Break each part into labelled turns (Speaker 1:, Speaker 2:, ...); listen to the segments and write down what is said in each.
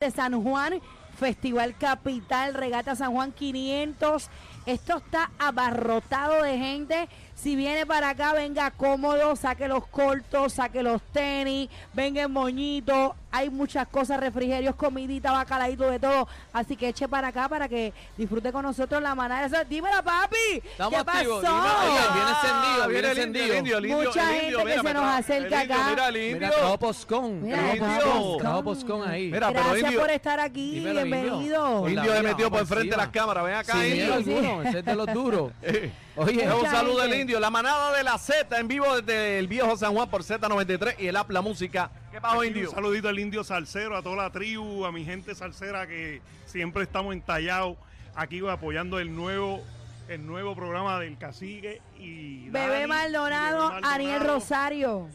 Speaker 1: de San Juan, Festival Capital, Regata San Juan 500. Esto está abarrotado de gente. Si viene para acá, venga cómodo, saque los cortos, saque los tenis, venga en moñito. Hay muchas cosas, refrigerios, comidita, bacalaito, de todo. Así que eche para acá para que disfrute con nosotros la manada. Eso- Dímelo, papi.
Speaker 2: Estamos
Speaker 1: ¿Qué
Speaker 2: activos,
Speaker 1: pasó?
Speaker 2: dime, oigan, viene
Speaker 3: Ah,
Speaker 2: encendido, viene
Speaker 3: el indio, el indio,
Speaker 2: encendido.
Speaker 3: el indio,
Speaker 1: Mucha
Speaker 3: el
Speaker 1: gente
Speaker 3: indio,
Speaker 1: que
Speaker 3: mira,
Speaker 1: se
Speaker 3: me
Speaker 1: nos
Speaker 3: trajo-
Speaker 1: acerca
Speaker 3: el indio,
Speaker 1: acá.
Speaker 3: Mira, el
Speaker 2: Mira,
Speaker 3: indio.
Speaker 2: trajo Poscon.
Speaker 1: Mira,
Speaker 2: Trajo
Speaker 3: indio.
Speaker 2: Poscon, Trajo Poscon ahí.
Speaker 3: Mira, pero
Speaker 1: Gracias
Speaker 3: indio-
Speaker 1: por estar aquí.
Speaker 2: Dímelo, Indio.
Speaker 1: Bienvenido.
Speaker 2: Hola.
Speaker 3: indio se
Speaker 2: mira,
Speaker 3: metió por
Speaker 2: por
Speaker 3: frente de
Speaker 2: encima.
Speaker 3: las cámaras. Ven acá,
Speaker 2: Sin
Speaker 1: Sí,
Speaker 2: miedo
Speaker 3: indio.
Speaker 1: sí.
Speaker 2: alguno, ese es de los duros.
Speaker 3: Eh,
Speaker 2: Oye,
Speaker 3: es un
Speaker 1: Mucha
Speaker 3: saludo
Speaker 1: gente.
Speaker 3: del indio. La manada de la Z en vivo desde el viejo San Juan por Z93 y el app La Música. ¿Qué pasó,
Speaker 4: Aquí
Speaker 3: indio?
Speaker 4: Un saludito al indio salsero, a toda la tribu, a mi gente salsera que siempre estamos entallados aquí apoyando el nuevo el nuevo programa del cacique y Dani,
Speaker 1: Bebé
Speaker 4: y
Speaker 1: Maldonado,
Speaker 4: Bebé
Speaker 1: Ariel
Speaker 4: Maldonado.
Speaker 1: Rosario.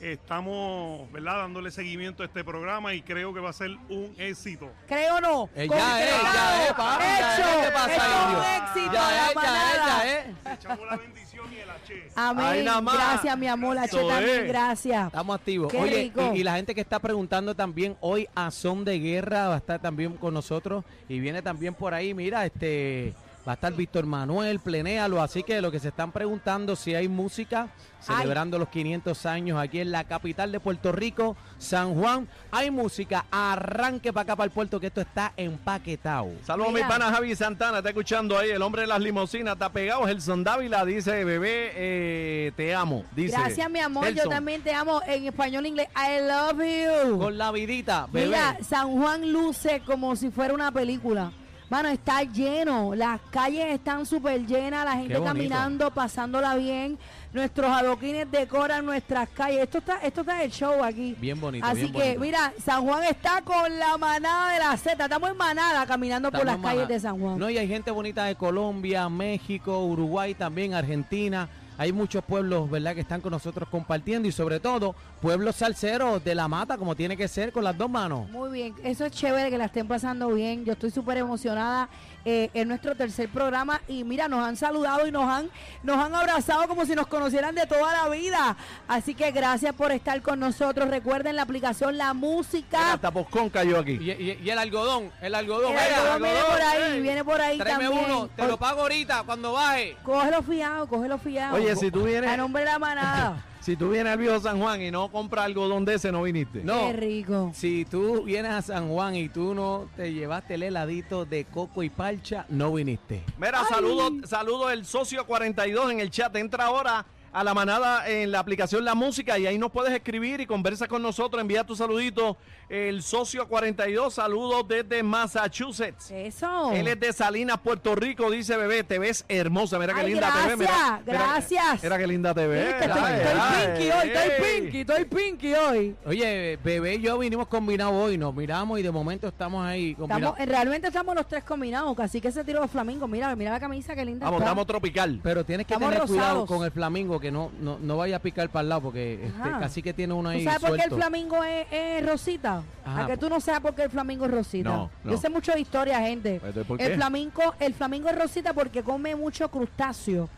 Speaker 4: Estamos, ¿verdad?, dándole seguimiento a este programa y creo que va a ser un éxito.
Speaker 1: Creo no.
Speaker 2: Eh,
Speaker 1: Concretado.
Speaker 2: ya es, ya es, papi. ya
Speaker 1: Hecho.
Speaker 2: es, ¿Qué te pasa,
Speaker 1: Esto es
Speaker 2: indio?
Speaker 1: un éxito,
Speaker 2: Ya
Speaker 1: la
Speaker 2: es, ya eh. es,
Speaker 1: manada.
Speaker 2: ya es.
Speaker 4: Echamos la bendición y el H.
Speaker 1: Ah,
Speaker 3: Ahí
Speaker 1: eh. Amén.
Speaker 3: nada más.
Speaker 1: Gracias, mi amor. La Che
Speaker 3: Eso
Speaker 1: también,
Speaker 3: es.
Speaker 1: gracias.
Speaker 2: Estamos activos.
Speaker 1: Qué
Speaker 2: Oye,
Speaker 1: rico.
Speaker 2: Y, y la gente que está preguntando también, hoy a Son de Guerra va a estar también con nosotros y viene también por ahí, mira, este va a estar Víctor Manuel, plenéalo, así que lo que se están preguntando si hay música
Speaker 1: Ay.
Speaker 2: celebrando los 500 años aquí en la capital de Puerto Rico, San Juan, hay música, arranque para acá para el puerto que esto está empaquetado.
Speaker 3: Saludos a mi
Speaker 1: Mira.
Speaker 3: pana Javi Santana, está escuchando ahí, el hombre de las limosinas, está pegado, Gelson Dávila, dice, bebé, eh, te amo, dice.
Speaker 1: Gracias, mi amor. Yo
Speaker 3: Gelson.
Speaker 1: también te amo en español inglés. I love you.
Speaker 2: Con la vidita, bebé.
Speaker 1: Mira, San Juan luce como si fuera una película. Mano, está lleno, las calles están súper llenas, la gente
Speaker 2: bonito.
Speaker 1: caminando, pasándola bien, nuestros adoquines decoran nuestras calles. Esto está, esto está el show aquí.
Speaker 2: Bien bonito,
Speaker 1: Así
Speaker 2: bien
Speaker 1: que,
Speaker 2: bonito.
Speaker 1: mira, San Juan está con la manada de la Z. Estamos en manada caminando por las
Speaker 2: Estamos
Speaker 1: calles
Speaker 2: maná-
Speaker 1: de San Juan.
Speaker 2: No, y hay gente bonita de Colombia, México, Uruguay, también Argentina. Hay muchos pueblos, ¿verdad?, que están con nosotros compartiendo y sobre todo pueblos salseros de la mata, como tiene que ser, con las dos manos.
Speaker 1: Muy bien, eso es chévere que la estén pasando bien. Yo estoy súper emocionada. Eh, es nuestro tercer programa y mira, nos han saludado y nos han, nos han abrazado como si nos conocieran de toda la vida. Así que gracias por estar con nosotros. Recuerden la aplicación La
Speaker 3: Mira,
Speaker 1: Música.
Speaker 3: Hasta Poscón cayó aquí.
Speaker 2: Y, y- y el algodón, el
Speaker 1: El
Speaker 2: algodón, mira,
Speaker 1: algodón viene por ahí,
Speaker 2: ey.
Speaker 1: viene por ahí
Speaker 2: Tráeme
Speaker 1: también.
Speaker 2: uno, te lo pago ahorita cuando baje.
Speaker 1: Cógelo fiado, cógelo fiado.
Speaker 3: Oye, si tú
Speaker 1: A
Speaker 3: vienes,
Speaker 1: nombre de la manada.
Speaker 3: si tú vienes al viejo San Juan y no compras algodón de ese, no viniste.
Speaker 2: No.
Speaker 1: Qué rico.
Speaker 2: Si tú vienes a San Juan y tú no te llevaste el heladito de coco y parcha, no viniste.
Speaker 3: Mira, saludos, saludos el socio 42 en el chat. Entra ahora a la manada en la aplicación La Música y ahí nos puedes escribir y conversa con nosotros. Envía tu saludito. El socio 42, saludos desde Massachusetts.
Speaker 1: Eso.
Speaker 3: Él es de Salinas, Puerto Rico. Dice, bebé, te ves hermosa. Mira qué
Speaker 1: Ay,
Speaker 3: linda te ve. Mira,
Speaker 1: gracias,
Speaker 3: mira-
Speaker 1: gracias.
Speaker 3: Mira qué linda te ve.
Speaker 1: Viste,
Speaker 3: Ay,
Speaker 1: estoy, estoy
Speaker 3: ay,
Speaker 1: pinky hoy, estoy
Speaker 3: ey.
Speaker 1: pinky, estoy pinky hoy.
Speaker 2: Oye, bebé y yo vinimos combinados hoy, nos miramos y de momento estamos ahí combinados.
Speaker 1: Estamos, eh, realmente estamos los tres combinados, así que ese tiro de flamingo, mira, mira la camisa, qué linda
Speaker 3: Vamos,
Speaker 1: está.
Speaker 3: estamos tropical.
Speaker 2: Pero tienes que
Speaker 1: Estamos
Speaker 2: tener cuidado
Speaker 1: rosados.
Speaker 2: con el flamingo que no, no, no vaya a picar para el lado porque este,
Speaker 1: Ajá.
Speaker 2: casi que tiene uno
Speaker 1: ¿Tú
Speaker 2: ahí
Speaker 1: sabes por qué el
Speaker 2: suelto.
Speaker 1: flamingo es, es rosita?
Speaker 2: Ajá,
Speaker 1: ¿A que tú no sabes por qué el flamingo es rosita?
Speaker 3: No, no.
Speaker 1: Yo sé mucho de historia, gente.
Speaker 3: Entonces, ¿por
Speaker 1: El
Speaker 3: qué?
Speaker 1: flamingo, el flamingo es rosita porque come mucho crustáceo.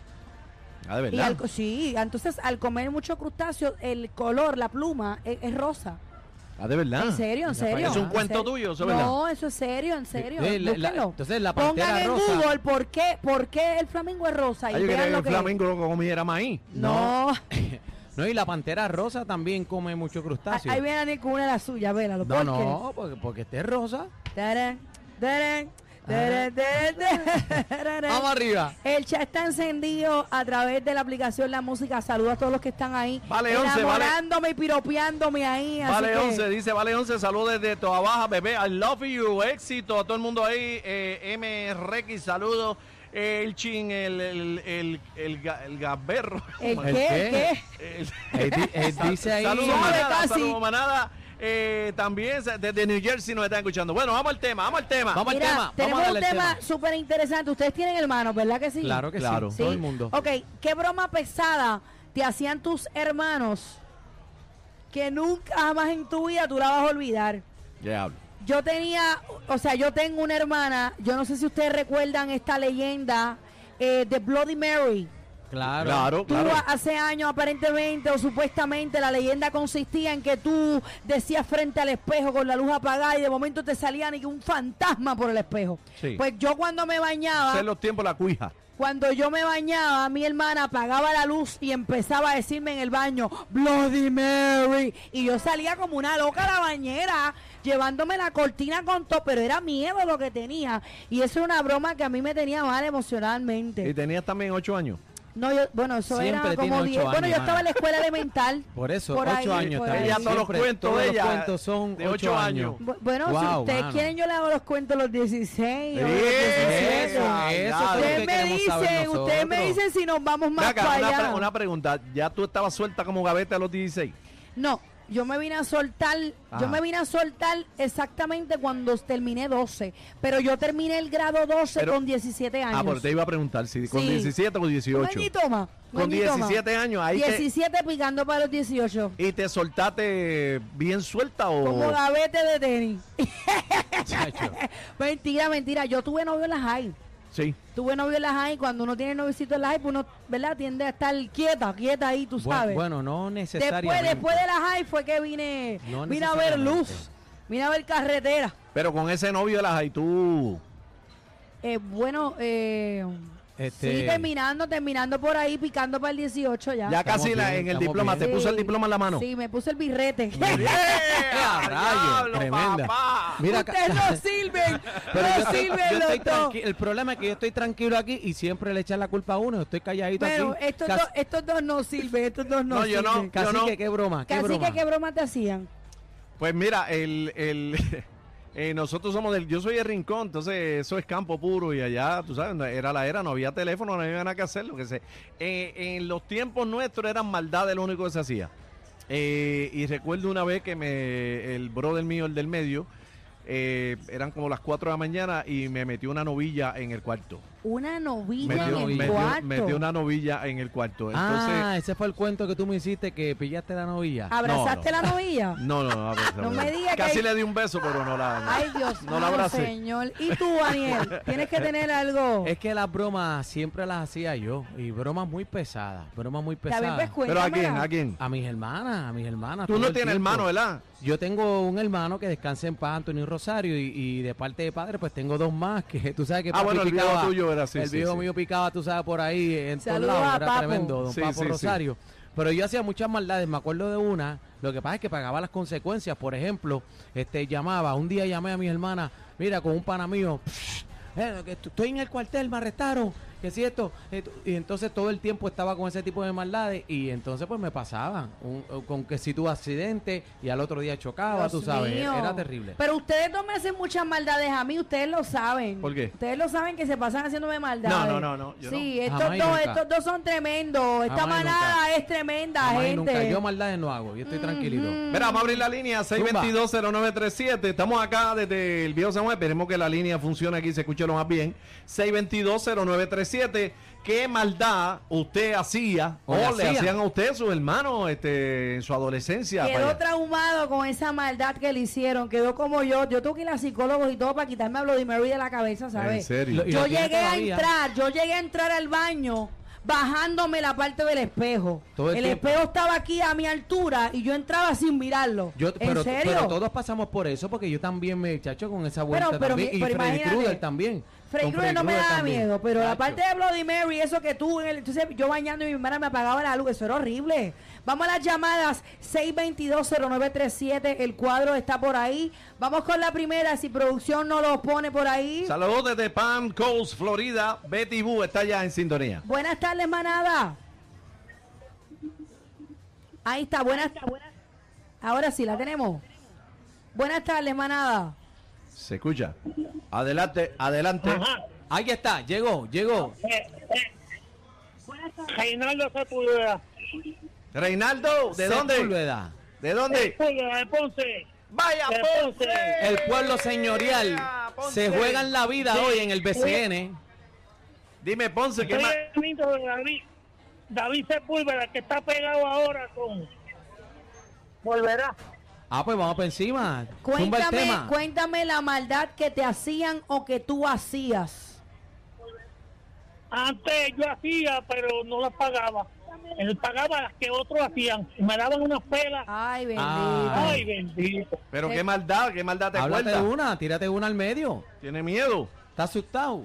Speaker 3: Ah, de
Speaker 1: Y
Speaker 3: verdad.
Speaker 1: al, sí, entonces al comer mucho crustáceo, el color, la pluma, e, es, es rosa.
Speaker 3: Ah, de verdad.
Speaker 1: ¿En serio? ¿En
Speaker 2: Ya,
Speaker 1: serio?
Speaker 2: es
Speaker 3: un
Speaker 1: ¿En
Speaker 3: cuento
Speaker 1: serio?
Speaker 3: tuyo, eso es
Speaker 1: No, eso es serio, en serio.
Speaker 2: Eh, la- la-
Speaker 1: Búsquenlo.
Speaker 2: entonces la
Speaker 1: Pongan
Speaker 2: pantera
Speaker 1: en
Speaker 2: rosa.
Speaker 1: Google por qué, por qué el flamingo es rosa y
Speaker 3: Ay, yo
Speaker 1: vean
Speaker 3: creía que
Speaker 1: lo
Speaker 3: el
Speaker 1: que
Speaker 3: flamenco lo comiera maíz.
Speaker 1: No.
Speaker 2: No, y la pantera rosa también come mucho
Speaker 1: Ah,
Speaker 2: crustáceo.
Speaker 1: Ahí viene Daniel con una de las suyas, vélalo.
Speaker 2: no,
Speaker 1: porque-
Speaker 2: no, porque, porque este es rosa.
Speaker 1: Tarán, tarán, tarán, tarán, tarán.
Speaker 2: Vamos arriba.
Speaker 1: El chat está encendido a través de la aplicación La Música. Saludos a todos los que están ahí.
Speaker 3: Vale, once, vale.
Speaker 1: enamorándome y piropeándome ahí. así
Speaker 3: Vale
Speaker 1: que-
Speaker 3: 11, dice Vale 11, saludos desde Toa Baja, bebé, I love you, éxito a todo el mundo ahí, eh, MRX, saludos, eh, el chin, el, el, el, el, ga- el gaberro.
Speaker 1: ¿El
Speaker 2: ¿El
Speaker 1: qué? ¿El
Speaker 2: qué?
Speaker 1: qué?
Speaker 3: El-
Speaker 2: Eh, di- eh, dice ahí.
Speaker 3: Saludos
Speaker 1: Suave,
Speaker 3: manada,
Speaker 1: casi.
Speaker 3: saludos manada, eh, también se- desde New Jersey nos están escuchando. Bueno, vamos al tema, vamos al tema.
Speaker 2: Vamos al
Speaker 1: Mira,
Speaker 2: tema. Vamos a
Speaker 1: tenemos un
Speaker 2: darle al
Speaker 1: tema súper interesante. Ustedes tienen hermanos, ¿verdad que sí?
Speaker 2: Claro que
Speaker 3: Claro.
Speaker 2: sí. Todo el mundo.
Speaker 1: Ok, ¿qué broma pesada te hacían tus hermanos que nunca jamás en tu vida tú la vas a olvidar?
Speaker 3: Ya hablo.
Speaker 1: Yo tenía, o sea, yo tengo una hermana, yo no sé si ustedes recuerdan esta leyenda eh, de Bloody Mary.
Speaker 2: Claro.
Speaker 3: Claro,
Speaker 1: Tú
Speaker 3: claro.
Speaker 1: a- hace años aparentemente o supuestamente la leyenda consistía en que tú decías frente al espejo con la luz apagada y de momento te salía ni que un fantasma por el espejo.
Speaker 2: Sí.
Speaker 1: Pues yo cuando me bañaba,
Speaker 3: Hacer los tiempos la cuija.
Speaker 1: cuando yo me bañaba, mi hermana apagaba la luz y empezaba a decirme en el baño, Bloody Mary. Y yo salía como una loca a la bañera, llevándome la cortina con todo, pero era miedo lo que tenía. Y eso era una broma que a mí me tenía mal emocionalmente.
Speaker 3: Y tenías también ocho años.
Speaker 1: No, yo, bueno, eso
Speaker 2: Siempre
Speaker 1: era
Speaker 2: tiene
Speaker 1: como
Speaker 2: ocho
Speaker 1: 10. Bueno,
Speaker 2: años,
Speaker 1: yo estaba en la escuela elemental.
Speaker 2: Por eso,
Speaker 1: Por
Speaker 2: ocho
Speaker 1: ahí,
Speaker 2: años
Speaker 1: por
Speaker 2: también.
Speaker 1: ahí. Ella
Speaker 3: todos los
Speaker 2: Siempre,
Speaker 3: cuentos
Speaker 2: todos
Speaker 3: de
Speaker 2: los
Speaker 3: ella,
Speaker 2: cuentos son
Speaker 3: de
Speaker 2: ocho
Speaker 3: ocho
Speaker 2: años.
Speaker 3: años.
Speaker 1: Bu- Bueno, si
Speaker 2: Guau,
Speaker 1: ustedes
Speaker 2: mano.
Speaker 1: quieren, yo le hago los cuentos los 16. o los
Speaker 3: Eso,
Speaker 1: 17.
Speaker 2: Eso, eso es Ah, lo que
Speaker 1: Ustedes me
Speaker 2: queremos saber
Speaker 1: dicen,
Speaker 2: nosotros.
Speaker 1: ustedes me dicen si nos vamos más
Speaker 3: Venga,
Speaker 1: para
Speaker 3: una,
Speaker 1: allá.
Speaker 3: pre- una pregunta. ¿Ya tú estabas suelta como gaveta a los 16?
Speaker 1: No, yo me vine a soltar,
Speaker 3: Ajá.
Speaker 2: Ah.
Speaker 1: yo me vine a soltar exactamente cuando terminé 12, pero yo terminé el grado 12
Speaker 3: Pero-
Speaker 1: con 17 años.
Speaker 3: Ah, pero te iba a preguntar si con
Speaker 1: Sí.
Speaker 3: 17 o con 18.
Speaker 1: Un añito más, un
Speaker 3: Con
Speaker 1: añito más.
Speaker 3: 17 años, ahí te-
Speaker 1: 17 picando para los 18.
Speaker 3: ¿Y te soltaste bien suelta
Speaker 2: Oh.
Speaker 3: o...?
Speaker 1: Como gavete de tenis.
Speaker 2: Chacho.
Speaker 1: mentira, mentira. Yo tuve novio en la high.
Speaker 3: Sí.
Speaker 1: Tuve novio en la high. Cuando uno tiene noviecito en la high, pues uno, ¿verdad? Tiende a estar quieta, quieta ahí, tú
Speaker 2: Bueno,
Speaker 1: sabes.
Speaker 2: bueno, no
Speaker 1: después,
Speaker 2: necesariamente.
Speaker 1: después de la high fue que vine,
Speaker 2: No
Speaker 1: vine a ver
Speaker 2: necesariamente.
Speaker 1: luz, vine a ver carretera.
Speaker 3: Pero con ese novio de las hay tú...
Speaker 1: Eh, bueno, eh,
Speaker 2: Este-
Speaker 1: sí, terminando, terminando por ahí, picando para el 18 ya.
Speaker 3: Ya
Speaker 2: Estamos
Speaker 3: casi la-
Speaker 2: bien,
Speaker 3: en el
Speaker 2: estamos
Speaker 3: diploma.
Speaker 2: bien.
Speaker 3: ¿Te puso el diploma en la mano?
Speaker 1: Sí, me puse el birrete.
Speaker 2: ¡Ea, rayos! Tremenda. Mira, ca-
Speaker 1: Ustedes no sirven,
Speaker 2: Pero yo
Speaker 1: no
Speaker 2: estoy- yo
Speaker 1: sirven
Speaker 2: estoy
Speaker 1: los dos.
Speaker 2: tranqui- El problema es que yo estoy tranquilo aquí y siempre le echan la culpa a uno. Estoy calladito
Speaker 1: Pero
Speaker 2: aquí.
Speaker 1: estos,
Speaker 2: Cas-
Speaker 1: dos, estos dos no sirven, estos dos no,
Speaker 3: No, yo
Speaker 1: sirven.
Speaker 3: no.
Speaker 1: Ca-
Speaker 2: Cacique,
Speaker 3: no.
Speaker 2: qué broma, qué
Speaker 1: Cacique,
Speaker 2: broma.
Speaker 1: ¿qué broma te hacían?
Speaker 3: Pues mira, el, el, eh, nosotros somos del... Yo soy de Rincón, entonces eso es campo puro y allá, tú sabes, no- era la era, no había teléfono, no había nada que hacer, lo que sé. Eh, en los tiempos nuestros eran maldades lo único que se hacía. Eh, y recuerdo una vez que me, el brother mío, el del medio, eh, eran como las 4 de la mañana y me metió una novilla en el cuarto.
Speaker 1: Una novilla
Speaker 3: Metió,
Speaker 1: en el
Speaker 3: metió-
Speaker 1: cuarto.
Speaker 3: metió una novilla en el cuarto. Pues, Entonces,
Speaker 2: ah, ese fue el cuento que tú me hiciste que pillaste la novilla.
Speaker 1: Ah, ¿Abrazaste la novilla?
Speaker 3: No, no, no. a ver,
Speaker 1: No
Speaker 3: a ver.
Speaker 1: me diga que
Speaker 3: Casi
Speaker 1: hay-
Speaker 3: le di un beso, pero no la. no.
Speaker 1: Ay, Dios
Speaker 3: No la
Speaker 1: mío,
Speaker 3: abracé.
Speaker 1: señor. ¿Y tú, Daniel? Tienes que tener algo.
Speaker 2: Es que las bromas siempre las hacía yo. Y bromas muy pesadas. Bromas muy
Speaker 1: También,
Speaker 2: pesadas.
Speaker 1: pues,
Speaker 3: pero a quién,
Speaker 1: cuéntamela.
Speaker 3: a quién.
Speaker 2: A mis hermanas, a mis hermanas.
Speaker 3: Tú
Speaker 2: todo
Speaker 3: no
Speaker 2: Ah, el
Speaker 3: tienes
Speaker 2: tiempo.
Speaker 3: hermano, ¿verdad?
Speaker 2: Yo tengo un hermano que descansa en paz, Antonio Rosario, y, y de parte de padre, pues tengo dos más que tú sabes que
Speaker 3: Ah,
Speaker 2: papi
Speaker 3: bueno, el viejo
Speaker 2: picaba,
Speaker 3: tuyo era así,
Speaker 2: El
Speaker 3: sí,
Speaker 2: viejo
Speaker 3: sí.
Speaker 2: mío picaba, tú sabes, por ahí en todos
Speaker 1: Saludos
Speaker 2: lados,
Speaker 1: a
Speaker 2: era
Speaker 1: Papo.
Speaker 2: tremendo, don
Speaker 3: Sí,
Speaker 2: Papo
Speaker 3: sí, sí.
Speaker 2: Rosario. Pero yo hacía muchas maldades, me acuerdo de una, lo que pasa es que pagaba las consecuencias, por ejemplo, este llamaba, un día llamé a mi hermana, mira, con un pana mío, eh, que est- estoy en el cuartel, me arrestaron, que si esto, eh, tú- y entonces todo el tiempo estaba con ese tipo de maldades y entonces pues me pasaban, un- eh, con que si tuvo accidente y al otro día chocaba,
Speaker 1: Dios
Speaker 2: tú sabes,
Speaker 1: mío.
Speaker 2: era terrible.
Speaker 1: Pero ustedes no me hacen muchas maldades a mí, ustedes lo saben.
Speaker 3: ¿Por qué?
Speaker 1: Ustedes lo saben que se pasan haciéndome maldades.
Speaker 3: No, no, no, no, yo
Speaker 1: sí,
Speaker 2: no.
Speaker 1: estos
Speaker 2: Jamás y
Speaker 1: dos,
Speaker 2: nunca.
Speaker 1: estos dos son tremendos. Esta
Speaker 2: Jamás y
Speaker 1: manada
Speaker 2: nunca.
Speaker 1: es tremenda,
Speaker 2: Jamás y
Speaker 1: gente.
Speaker 2: nunca, yo maldades no hago, yo estoy tranquilito.
Speaker 3: Mira, vamos a abrir la
Speaker 2: Mm.
Speaker 3: línea 622-0937. Estamos acá desde el viejo San Juan. Esperemos que la línea funcione aquí, se escuche lo más bien. 622-0937. ¿Qué maldad usted hacía o,
Speaker 2: O le
Speaker 3: le
Speaker 2: hacían.
Speaker 3: hacían a usted, sus hermanos, este, en su adolescencia?
Speaker 1: Quedó
Speaker 3: Vaya.
Speaker 1: traumado con esa maldad que le hicieron. Quedó como yo. Yo tuve que ir a psicólogos y todo para quitarme a Bloody Mary de la cabeza,
Speaker 3: En
Speaker 1: ¿sabes?
Speaker 3: serio.
Speaker 2: Lo- Y
Speaker 1: Yo
Speaker 2: tiene
Speaker 1: llegué a
Speaker 2: todavía.
Speaker 1: entrar, yo llegué a entrar al baño bajándome la parte del espejo.
Speaker 2: Todo el
Speaker 1: el
Speaker 2: tiempo.
Speaker 1: espejo estaba aquí a mi altura y yo entraba sin mirarlo.
Speaker 2: Yo,
Speaker 1: ¿En
Speaker 2: pero,
Speaker 1: serio?
Speaker 2: pero todos pasamos por eso, porque yo también me chacho con esa vuelta
Speaker 1: Pero- pero
Speaker 2: también.
Speaker 1: mi-
Speaker 2: y
Speaker 1: pero
Speaker 2: Freddy
Speaker 1: imagínate.
Speaker 2: Krueger también.
Speaker 1: Freddy
Speaker 2: Con
Speaker 1: Krueger no me
Speaker 2: Krueger
Speaker 1: daba
Speaker 2: también.
Speaker 1: miedo, pero la
Speaker 2: Chacho.
Speaker 1: parte de Bloody Mary, eso que tú, en el- entonces yo bañando y mi hermana me apagaba la luz, eso era horrible. Vamos a las llamadas 622-0937, el cuadro está por ahí. Vamos con la primera, si producción no lo pone por ahí.
Speaker 3: Saludos desde Palm Coast, Florida. Betty Boo está ya en sintonía.
Speaker 1: Buenas tardes, manada. Ahí está, buenas. Ahora sí, la tenemos. Buenas tardes, manada.
Speaker 3: Se escucha. Adelante, adelante.
Speaker 2: Ahí está, llegó, llegó.
Speaker 5: Reinaldo Sepúlveda.
Speaker 3: Reinaldo, ¿de dónde?
Speaker 2: Sepúlveda.
Speaker 3: ¿De
Speaker 2: Eh,
Speaker 3: dónde?
Speaker 5: Sepúlveda de Ponce.
Speaker 3: Vaya
Speaker 5: De
Speaker 3: Ponce.
Speaker 5: Ponce.
Speaker 2: El pueblo señorial
Speaker 3: Ponce.
Speaker 2: se juegan la vida hoy en el BCN.
Speaker 3: Dime Ponce, ¿qué
Speaker 5: Soy
Speaker 3: más?
Speaker 5: el amigo de David. David Sepúlveda, que está pegado ahora con... Volverá.
Speaker 2: Ah, pues vamos para encima. Zumba el
Speaker 1: Cuéntame,
Speaker 2: tema.
Speaker 1: cuéntame la maldad que te hacían o que tú hacías.
Speaker 5: Antes yo hacía, pero no las pagaba. Él pagaba las que otros hacían. Y Me daban unas pelas.
Speaker 1: Ay, bendito.
Speaker 2: Ah.
Speaker 5: Ay, bendito.
Speaker 3: Pero
Speaker 1: Eh.
Speaker 3: qué maldad, qué maldad te
Speaker 2: Háblate
Speaker 3: acuerdas.
Speaker 2: una, tírate una al medio.
Speaker 3: Tiene miedo.
Speaker 2: Está asustado.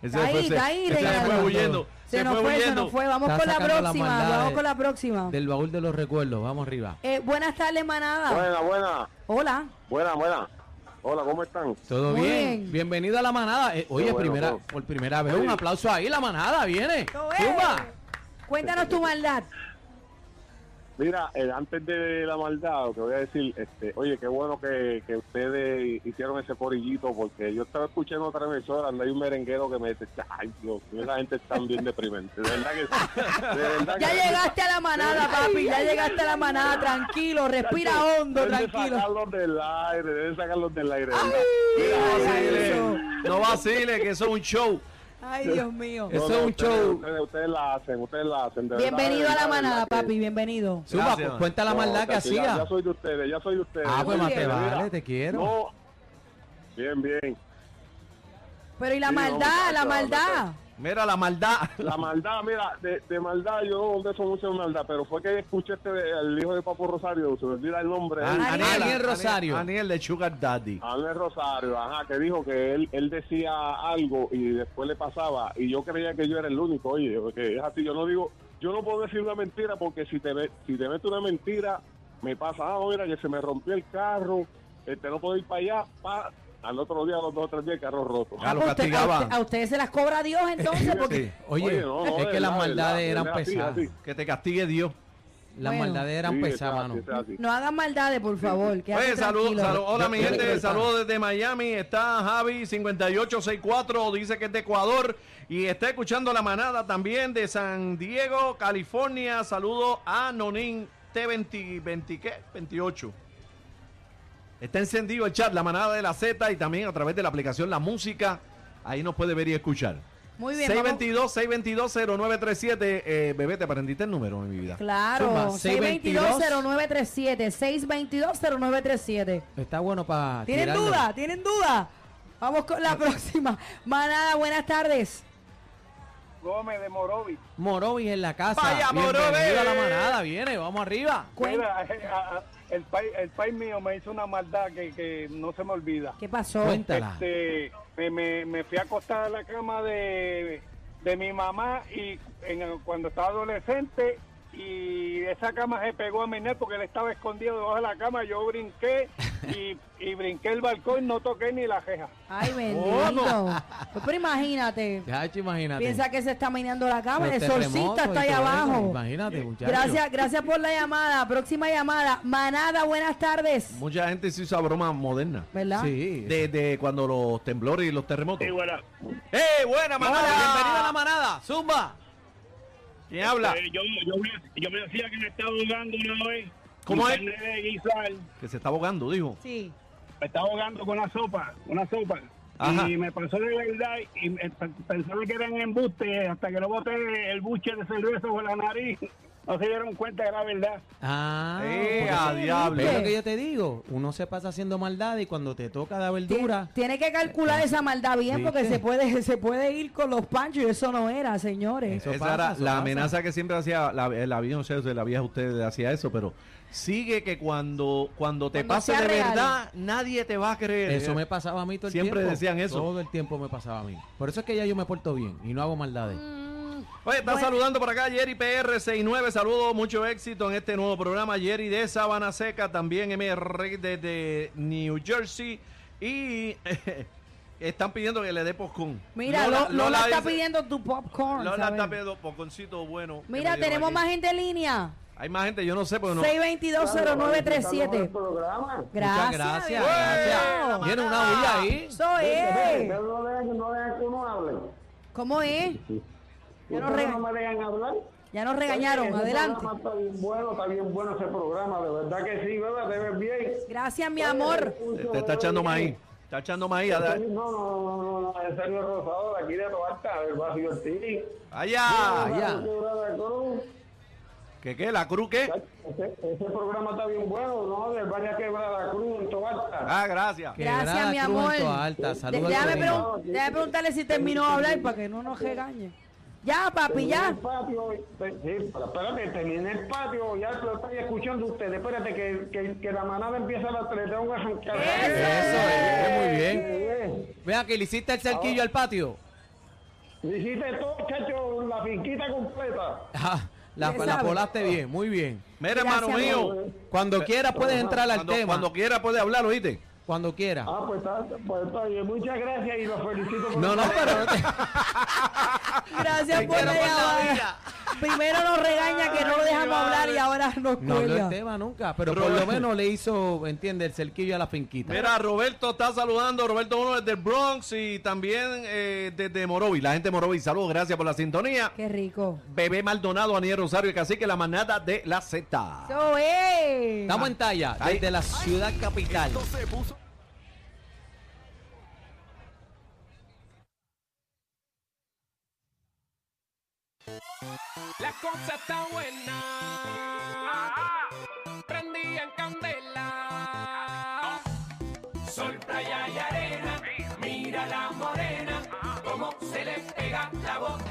Speaker 3: Ese
Speaker 1: Ahí,
Speaker 3: se-
Speaker 1: está ahí,
Speaker 3: ese se fue
Speaker 1: Reinaldo.
Speaker 3: huyendo.
Speaker 1: Se, nos fue, se nos fue. Vamos
Speaker 2: Está
Speaker 1: con la
Speaker 2: sacando la
Speaker 1: próxima.
Speaker 2: maldad
Speaker 1: Vamos
Speaker 2: de-
Speaker 1: con la próxima.
Speaker 2: Del baúl de los recuerdos, vamos arriba.
Speaker 1: Eh, buenas tardes, manada.
Speaker 6: Buena, buena,
Speaker 1: Hola.
Speaker 6: buena, buena. Hola, ¿cómo están?
Speaker 2: ¿Todo
Speaker 1: Muy
Speaker 2: bien?
Speaker 1: bien.
Speaker 2: Bienvenido a la manada. Eh, oye,
Speaker 6: Qué bueno,
Speaker 2: primera,
Speaker 6: todo.
Speaker 2: por primera vez, un aplauso ahí, la manada viene.
Speaker 1: ¡Eh!
Speaker 2: ¡Zumba!
Speaker 1: Cuéntanos tu maldad.
Speaker 6: Mira, eh, antes de la maldad, lo que voy a decir, este, oye, qué bueno que, que ustedes hicieron ese corillito, porque yo estaba escuchando otra emisora, anda hay un merenguero que me dice, ay, Dios mío, la gente está bien deprimente. De verdad que sí. De verdad que
Speaker 1: Ya
Speaker 6: la gente-
Speaker 1: llegaste a la manada, papi. Ya llegaste a la manada. Tranquilo, respira hondo,
Speaker 6: Deben de
Speaker 1: tranquilo.
Speaker 6: sacarlos del aire, deben sacarlos del aire. ¿verdad?
Speaker 3: No
Speaker 1: Ay,
Speaker 3: vacile,
Speaker 1: Dios.
Speaker 3: no vacile, que eso es un show.
Speaker 1: Ay, Dios mío.
Speaker 2: Eso
Speaker 6: No,
Speaker 2: es
Speaker 6: no,
Speaker 2: un
Speaker 6: ustedes-
Speaker 2: show.
Speaker 6: Ustedes, ustedes la hacen, ustedes la hacen. de verdad, de
Speaker 1: Bienvenido a la
Speaker 6: verdad, de verdad
Speaker 1: manada,
Speaker 6: que-
Speaker 1: papi. Bienvenido.
Speaker 2: Zumba,
Speaker 3: Gracias.
Speaker 2: cu- cuenta la
Speaker 6: No,
Speaker 2: maldad que
Speaker 6: chacho, ya-
Speaker 2: hacía.
Speaker 6: Ya soy de ustedes, ya soy de ustedes.
Speaker 2: Ah, pues
Speaker 1: Muy
Speaker 2: más te
Speaker 1: bien.
Speaker 2: vale,
Speaker 6: Mira,
Speaker 2: te quiero.
Speaker 6: No. Bien, bien.
Speaker 1: Pero y la
Speaker 6: Sí, no,
Speaker 1: maldad, la
Speaker 6: muchacho,
Speaker 1: maldad. Ah,
Speaker 3: Mira la maldad.
Speaker 6: La maldad, mira, de, de maldad, yo no eso mucho de maldad, pero fue que escuché este, el hijo de Papo Rosario, se me olvida el nombre. de él.
Speaker 2: Ah,
Speaker 1: Aniel,
Speaker 2: Aniel Rosario.
Speaker 3: Aniel de Sugar Daddy.
Speaker 6: Ángel Rosario, ajá, que dijo que él, él decía algo y después le pasaba y yo creía que yo era el único, oye, porque es así, yo no digo, yo no puedo decir una mentira porque si te, ve- si te meto una mentira, me pasa, ah, mira, que se me rompió el carro, este, no puedo ir para allá, pa, al otro día, a los dos o tres días, el carro roto.
Speaker 3: Ah, lo
Speaker 1: Papi, pues, usted- a,
Speaker 3: castigaban.
Speaker 1: usted- a ustedes se las cobra Dios entonces. Porque...
Speaker 3: Sí.
Speaker 2: Oye,
Speaker 6: no, no,
Speaker 2: es
Speaker 6: de
Speaker 2: que las
Speaker 6: verdad, de
Speaker 2: maldades
Speaker 6: verdad,
Speaker 2: eran
Speaker 6: de verdad, sí,
Speaker 2: pesadas.
Speaker 6: así.
Speaker 3: Que te castigue Dios.
Speaker 2: Las
Speaker 1: Bueno.
Speaker 2: maldades eran
Speaker 6: Sí,
Speaker 2: pesadas,
Speaker 6: está,
Speaker 2: mano.
Speaker 6: sí, está así.
Speaker 1: No hagan maldades, por favor.
Speaker 3: Oye,
Speaker 1: quédate
Speaker 3: saludos,
Speaker 1: tranquilo.
Speaker 3: saludos. Pues, Hola, mi
Speaker 2: Yo- yo-
Speaker 3: gente.
Speaker 2: yo-
Speaker 3: Saludos desde Miami. Está Javi 5864. Dice que es de Ecuador. Y está escuchando la manada también de San Diego, California. Saludos a Nonin T20, 20, ¿qué? 28. Está encendido el chat, la manada de la Z y también a través de la aplicación La Música. Ahí nos puede ver y escuchar.
Speaker 1: Muy bien, vamos-
Speaker 3: 622 622-0937. Eh, bebé, te aprendiste el número, mi vida.
Speaker 1: Claro,
Speaker 2: Zumba,
Speaker 1: 622-0937, 622-0937.
Speaker 2: Está bueno para.
Speaker 1: ¿Tienen duda? ¿Tienen duda? Vamos con la próxima. Manada, buenas tardes.
Speaker 7: Gómez de Morovis.
Speaker 2: Morovis en la casa.
Speaker 3: Vaya,
Speaker 2: Bienvenido
Speaker 3: Morovis.
Speaker 2: a la manada, viene, vamos arriba.
Speaker 1: Cuen-
Speaker 7: Mira, eh, a- a- el país, el país mío me hizo una maldad que, que no se me olvida.
Speaker 1: ¿Qué pasó?
Speaker 2: Cuéntala.
Speaker 7: Este, me, me, me fui a acostar a la cama de, de mi mamá y en- cuando estaba adolescente y esa cama se pegó a mi net porque él estaba escondido debajo de la cama. Yo brinqué y, y brinqué el balcón, no toqué ni la ceja.
Speaker 1: Ay, bendito. Pues, pero imagínate,
Speaker 2: Chacho, Oh, imagínate.
Speaker 1: piensa que se está minando la cámara,
Speaker 2: Los
Speaker 1: el
Speaker 2: terremotos
Speaker 1: solcista
Speaker 2: y
Speaker 1: está ahí
Speaker 2: todo eso,
Speaker 1: abajo.
Speaker 2: Imagínate, muchachos.
Speaker 1: Gracias, gracias por la llamada. Próxima llamada. Manada, buenas tardes.
Speaker 3: Mucha gente se usa broma moderna.
Speaker 1: ¿Verdad?
Speaker 2: Sí.
Speaker 3: Desde cuando los temblores y los terremotos.
Speaker 7: Y bueno,
Speaker 3: ¡Eh, buena
Speaker 2: Manada,
Speaker 3: manada!
Speaker 2: bienvenido a la manada. Zumba.
Speaker 3: ¿Quién habla?
Speaker 5: Eh,
Speaker 7: yo, yo, yo me decía que me estaba ahogando una vez.
Speaker 3: ¿Cómo Mi es? carne
Speaker 7: De
Speaker 3: Que se está ahogando, dijo.
Speaker 1: Sí.
Speaker 7: me estaba ahogando con una sopa, una sopa.
Speaker 3: Ajá.
Speaker 7: Y me pasó de verdad y me- pe- pensaba que eran embuste hasta que no boté el buche de cerveza por la nariz. No se dieron cuenta que era verdad.
Speaker 2: Ah,
Speaker 3: ¡Eh,
Speaker 2: porque-
Speaker 3: a diablo!
Speaker 2: ¿Ves
Speaker 1: ¿Qué?
Speaker 2: lo que yo te digo? Uno se pasa haciendo maldad y cuando te toca dar
Speaker 1: Ti-
Speaker 2: verdura.
Speaker 1: Tiene que calcular esa maldad bien porque
Speaker 2: ¿Viste?
Speaker 1: se puede, se puede ir con los panchos y eso no era, señores.
Speaker 2: Eso
Speaker 3: Esa
Speaker 2: pasa,
Speaker 3: era
Speaker 2: eso
Speaker 3: la
Speaker 2: pasa.
Speaker 3: amenaza que siempre hacía la, la vieja, no sé si la vieja usted hacía eso, pero sigue que cuando, cuando te
Speaker 1: Cuando
Speaker 3: pase
Speaker 1: sea
Speaker 3: de
Speaker 1: real.
Speaker 3: verdad, nadie te va a creer.
Speaker 2: Eso me pasaba a mí todo el
Speaker 3: Siempre
Speaker 2: tiempo.
Speaker 3: decían eso.
Speaker 2: Todo el tiempo me pasaba a mí. Por eso es que ya yo me porto bien y no hago maldades.
Speaker 1: Mm,
Speaker 3: Oye, está
Speaker 1: Bueno.
Speaker 3: saludando por acá Jerry PR69. Saludos, mucho éxito en este nuevo programa. Jerry de Sabana Seca, también MR desde New Jersey. Y están pidiendo que le dé postcón.
Speaker 1: Mira,
Speaker 3: Lola-
Speaker 1: Lola, Lola está
Speaker 3: dice-
Speaker 1: pidiendo tu popcorn.
Speaker 3: Lola
Speaker 1: ¿sabes?
Speaker 3: está pidiendo postconcito bueno. que me
Speaker 1: Mira,
Speaker 3: dieron
Speaker 1: tenemos
Speaker 3: aquí.
Speaker 1: más gente en línea.
Speaker 3: Hay más gente, yo no sé, pero no.
Speaker 1: 6220937. Gracias.
Speaker 2: Muchas gracias. gracias.
Speaker 1: Dios.
Speaker 2: Tiene una bulla ahí.
Speaker 1: Eso es. ¿Cómo es? Ya nos, rega-
Speaker 8: dejan hablar.
Speaker 1: ya nos regañaron.
Speaker 8: Ese
Speaker 1: Adelante.
Speaker 8: programa Está bien bueno, está bien bueno ese programa, de verdad que sí, ¿verdad? Te ves bien.
Speaker 1: Gracias, mi amor.
Speaker 3: Te, te está echando maíz. Está echando maíz.
Speaker 8: No,
Speaker 3: ada-
Speaker 8: no, no, no, no, en serio, Rosado, de aquí de Toalta, del barrio Ortiz.
Speaker 3: Allá.
Speaker 2: allá.
Speaker 8: Quebrada Cruz.
Speaker 3: ¿Qué qué? ¿La cruz qué?
Speaker 8: Ese, ese programa está bien bueno, ¿no? Del barrio Quebrada Cruz, en Toalta.
Speaker 6: alta.
Speaker 3: Ah, gracias.
Speaker 1: Gracias,
Speaker 2: Quebrada
Speaker 1: mi
Speaker 2: Cruz,
Speaker 1: amor.
Speaker 2: Alto Alta.
Speaker 1: De-
Speaker 2: Saludos al
Speaker 1: déjame,
Speaker 2: corillo.
Speaker 1: pregun- déjame preguntarle si terminó de hablar para que no nos regañe. Ya,
Speaker 2: pues
Speaker 1: papi, ya.
Speaker 6: El patio, eh, sí, pero espérate, terminé el patio, ya lo estoy escuchando ustedes. Espérate, que, que, que la manada empieza a las 3, tengo que arrancar.
Speaker 2: Eso es, muy bien. Vea que le hiciste el cerquillo al patio.
Speaker 6: Hiciste todo, chacho, la finquita completa.
Speaker 2: Ah, la,
Speaker 1: Ya
Speaker 2: la
Speaker 1: sabe.
Speaker 2: volaste bien, muy bien.
Speaker 3: Mira,
Speaker 1: Gracias,
Speaker 3: hermano mío.
Speaker 1: amor.
Speaker 2: Cuando quieras puedes entrar al
Speaker 3: cuando,
Speaker 2: tema.
Speaker 3: cuando quiera puede hablar, ¿oíste?
Speaker 2: Cuando quieras.
Speaker 6: Ah, pues está, pues está bien. Muchas gracias y los felicito por
Speaker 2: No, no, pero no te-
Speaker 1: Gracias por la
Speaker 2: pues,
Speaker 1: llamada. Primero nos regaña que no lo dejamos hablar y ahora nos
Speaker 2: no habló el
Speaker 1: cuelga.
Speaker 2: tema nunca. Pero por lo
Speaker 3: Roberto.
Speaker 2: menos le hizo, entiende, el cerquillo a la finquita.
Speaker 3: Mira, Roberto está saludando. Roberto Uno desde el Bronx y también eh, desde Morovis. La gente de Morovis, saludos, gracias por la sintonía.
Speaker 1: Qué rico.
Speaker 3: Bebé Maldonado, Aniel Rosario y Cacique, la manada de la Z.
Speaker 1: Eso es.
Speaker 2: Estamos en talla
Speaker 3: Ahí.
Speaker 2: desde la ciudad capital.
Speaker 9: La cosa está buena. Prendí en candela. Sol, playa y arena. Mira la morena. Cómo se le pega la voz.